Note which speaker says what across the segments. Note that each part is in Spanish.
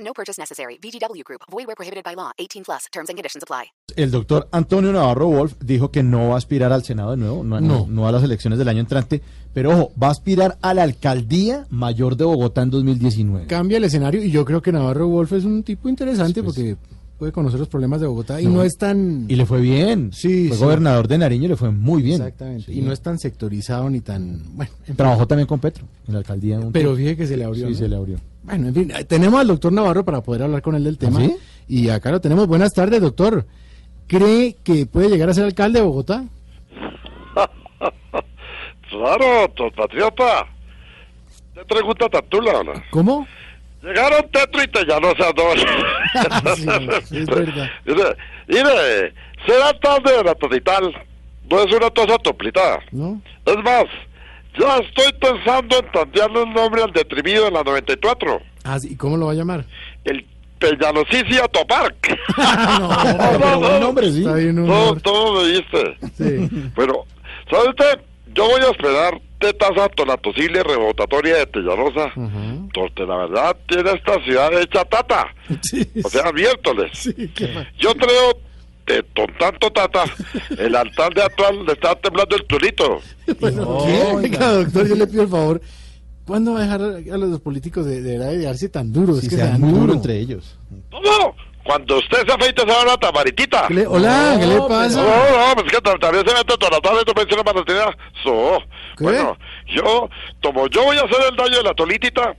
Speaker 1: No purchase necessary. VGW Group. Void where prohibited by law. 18 plus. Terms and conditions apply.
Speaker 2: El doctor Antonio Navarro Wolf dijo que no va a aspirar al Senado de nuevo, no, no. no a las elecciones del año entrante, pero ojo, va a aspirar a la alcaldía mayor de Bogotá en 2019.
Speaker 3: cambia el escenario y yo creo que Navarro Wolf es un tipo interesante
Speaker 2: Pues-
Speaker 3: porque puede conocer los problemas de Bogotá y no, es tan
Speaker 2: Y le fue bien.
Speaker 3: Sí,
Speaker 2: fue
Speaker 3: sí.
Speaker 2: gobernador de Nariño y le fue muy bien.
Speaker 3: exactamente y no es tan sectorizado ni tan bueno. en fin.
Speaker 2: Trabajó también con Petro en la alcaldía. un
Speaker 3: Pero
Speaker 2: tiempo.
Speaker 3: fíjese que se le abrió.
Speaker 2: Sí,
Speaker 3: ¿no?
Speaker 2: se le abrió.
Speaker 3: Bueno, en fin, eh, tenemos al doctor Navarro para poder hablar con él del tema.
Speaker 2: ¿Ah, sí?
Speaker 3: Y acá lo tenemos. Buenas tardes, doctor. ¿Cree que puede llegar a ser alcalde de Bogotá?
Speaker 4: Claro, tu patriota. Te pregunta Tatula, ¿o no?
Speaker 3: ¿Cómo?
Speaker 4: Llegaron Tetro y te ya no se dos.
Speaker 3: Sí, sí, es verdad.
Speaker 4: Mire, mire, será tarde de la total. No es una tosa toplita.
Speaker 3: ¿No?
Speaker 4: Es más, ya estoy pensando en cambiarle el nombre al deprimido en la 94.
Speaker 3: Ah, sí, ¿Y cómo lo va a llamar?
Speaker 4: El Peñalosísimo Topark.
Speaker 2: Pero buen nombre, sí.
Speaker 3: Está bien un
Speaker 4: todo,
Speaker 3: honor.
Speaker 4: todo lo dijiste.
Speaker 3: Sí.
Speaker 4: Bueno, ¿sabes usted? Yo voy a esperar tetaza tonatosible rebotatoria de Tellanosa.
Speaker 3: Ajá.
Speaker 4: Porque la verdad tiene esta ciudad hecha tata.
Speaker 3: Sí,
Speaker 4: O sea, miércoles.
Speaker 3: sí, qué mal.
Speaker 4: Yo creo que con tanto tata, el alcalde actual le está temblando el chulito.
Speaker 3: Bueno, ¿qué? Oiga, doctor, yo le pido el favor. ¿Cuándo va a dejar a los políticos de, de verdad de darse tan duros?
Speaker 2: Sí,
Speaker 3: es que
Speaker 2: se dan muy
Speaker 3: duro.
Speaker 2: duro entre ellos.
Speaker 4: ¿Cómo? Cuando usted se afeita se va a una tamaritita.
Speaker 3: ¿Qué le- Hola, ¿qué le
Speaker 4: No,
Speaker 3: pasa?
Speaker 4: no, pues que tam- también se mete tonatado y tu pensión para tirar. So,
Speaker 3: ¿Qué?
Speaker 4: bueno, yo, como yo voy a hacer el daño de la tolitita,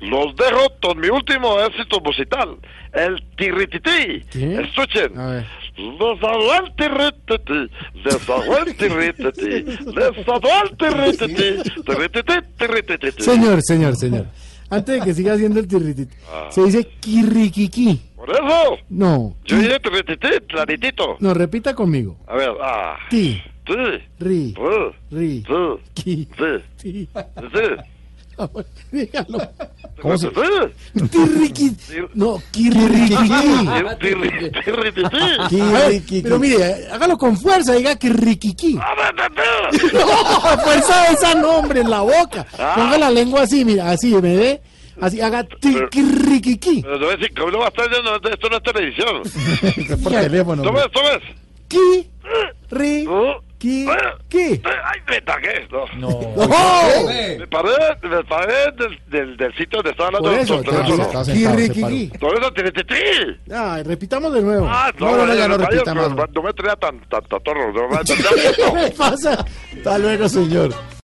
Speaker 4: los dejo con mi último éxito musical, el tirritití.
Speaker 3: ¿Qué?
Speaker 4: Escuchen.
Speaker 3: A ver.
Speaker 4: Les hago el tirritití, les hago el tirritití, les hago el tirritití, tirritití, tirritití.
Speaker 3: Señor, señor, señor. Antes de que siga haciendo el tirritit,
Speaker 4: Ah.
Speaker 3: se dice kirriquiqui.
Speaker 4: Por eso,
Speaker 3: No,
Speaker 4: yo dije tirritití, claritito.
Speaker 3: no, repita conmigo.
Speaker 4: A ver, ah.
Speaker 3: Ti,
Speaker 4: Sí,
Speaker 3: ri,
Speaker 4: sí,
Speaker 3: ri,
Speaker 4: sí,
Speaker 3: qui,
Speaker 4: sí,
Speaker 3: ti.
Speaker 4: sí.
Speaker 3: Dígalo.
Speaker 2: ¿Cómo se-
Speaker 4: Sí,
Speaker 3: Tirriqui. No, kirriquiqui.
Speaker 4: tirri- tirritití.
Speaker 3: A ver, Pero mire, hágalo con fuerza, diga kirriquiqui. No, a fuerza de esa nombre en la boca. Ponga la lengua así, mira, así, me ve. Así, haga tiquirriquiqui.
Speaker 4: Pero te voy a decir, ¿cómo no va a estar viendo? Esto no es televisión.
Speaker 2: Por teléfono.
Speaker 4: ¿Tú
Speaker 2: hombre.
Speaker 4: ves? ¿Tú ves?
Speaker 3: Qui, ri, qui, qui.
Speaker 4: Ah, Ay, me taqué. No.
Speaker 3: ¡Oh!
Speaker 4: Me paré, me paré del, del, del sitio donde estaba hablando
Speaker 3: Por
Speaker 4: del
Speaker 3: eso,
Speaker 4: teléfono.
Speaker 2: te-
Speaker 3: te- kirriquiqui.
Speaker 4: Por eso, tirritití.
Speaker 3: Ay, repitamos de nuevo.
Speaker 4: Ah,
Speaker 3: No, no, no, ya no
Speaker 4: vaya,
Speaker 3: repitamos.
Speaker 4: No me traía tan, tan, tan torro. No, no, no, no, no.
Speaker 3: ¿Qué pasa? Hasta luego, señor.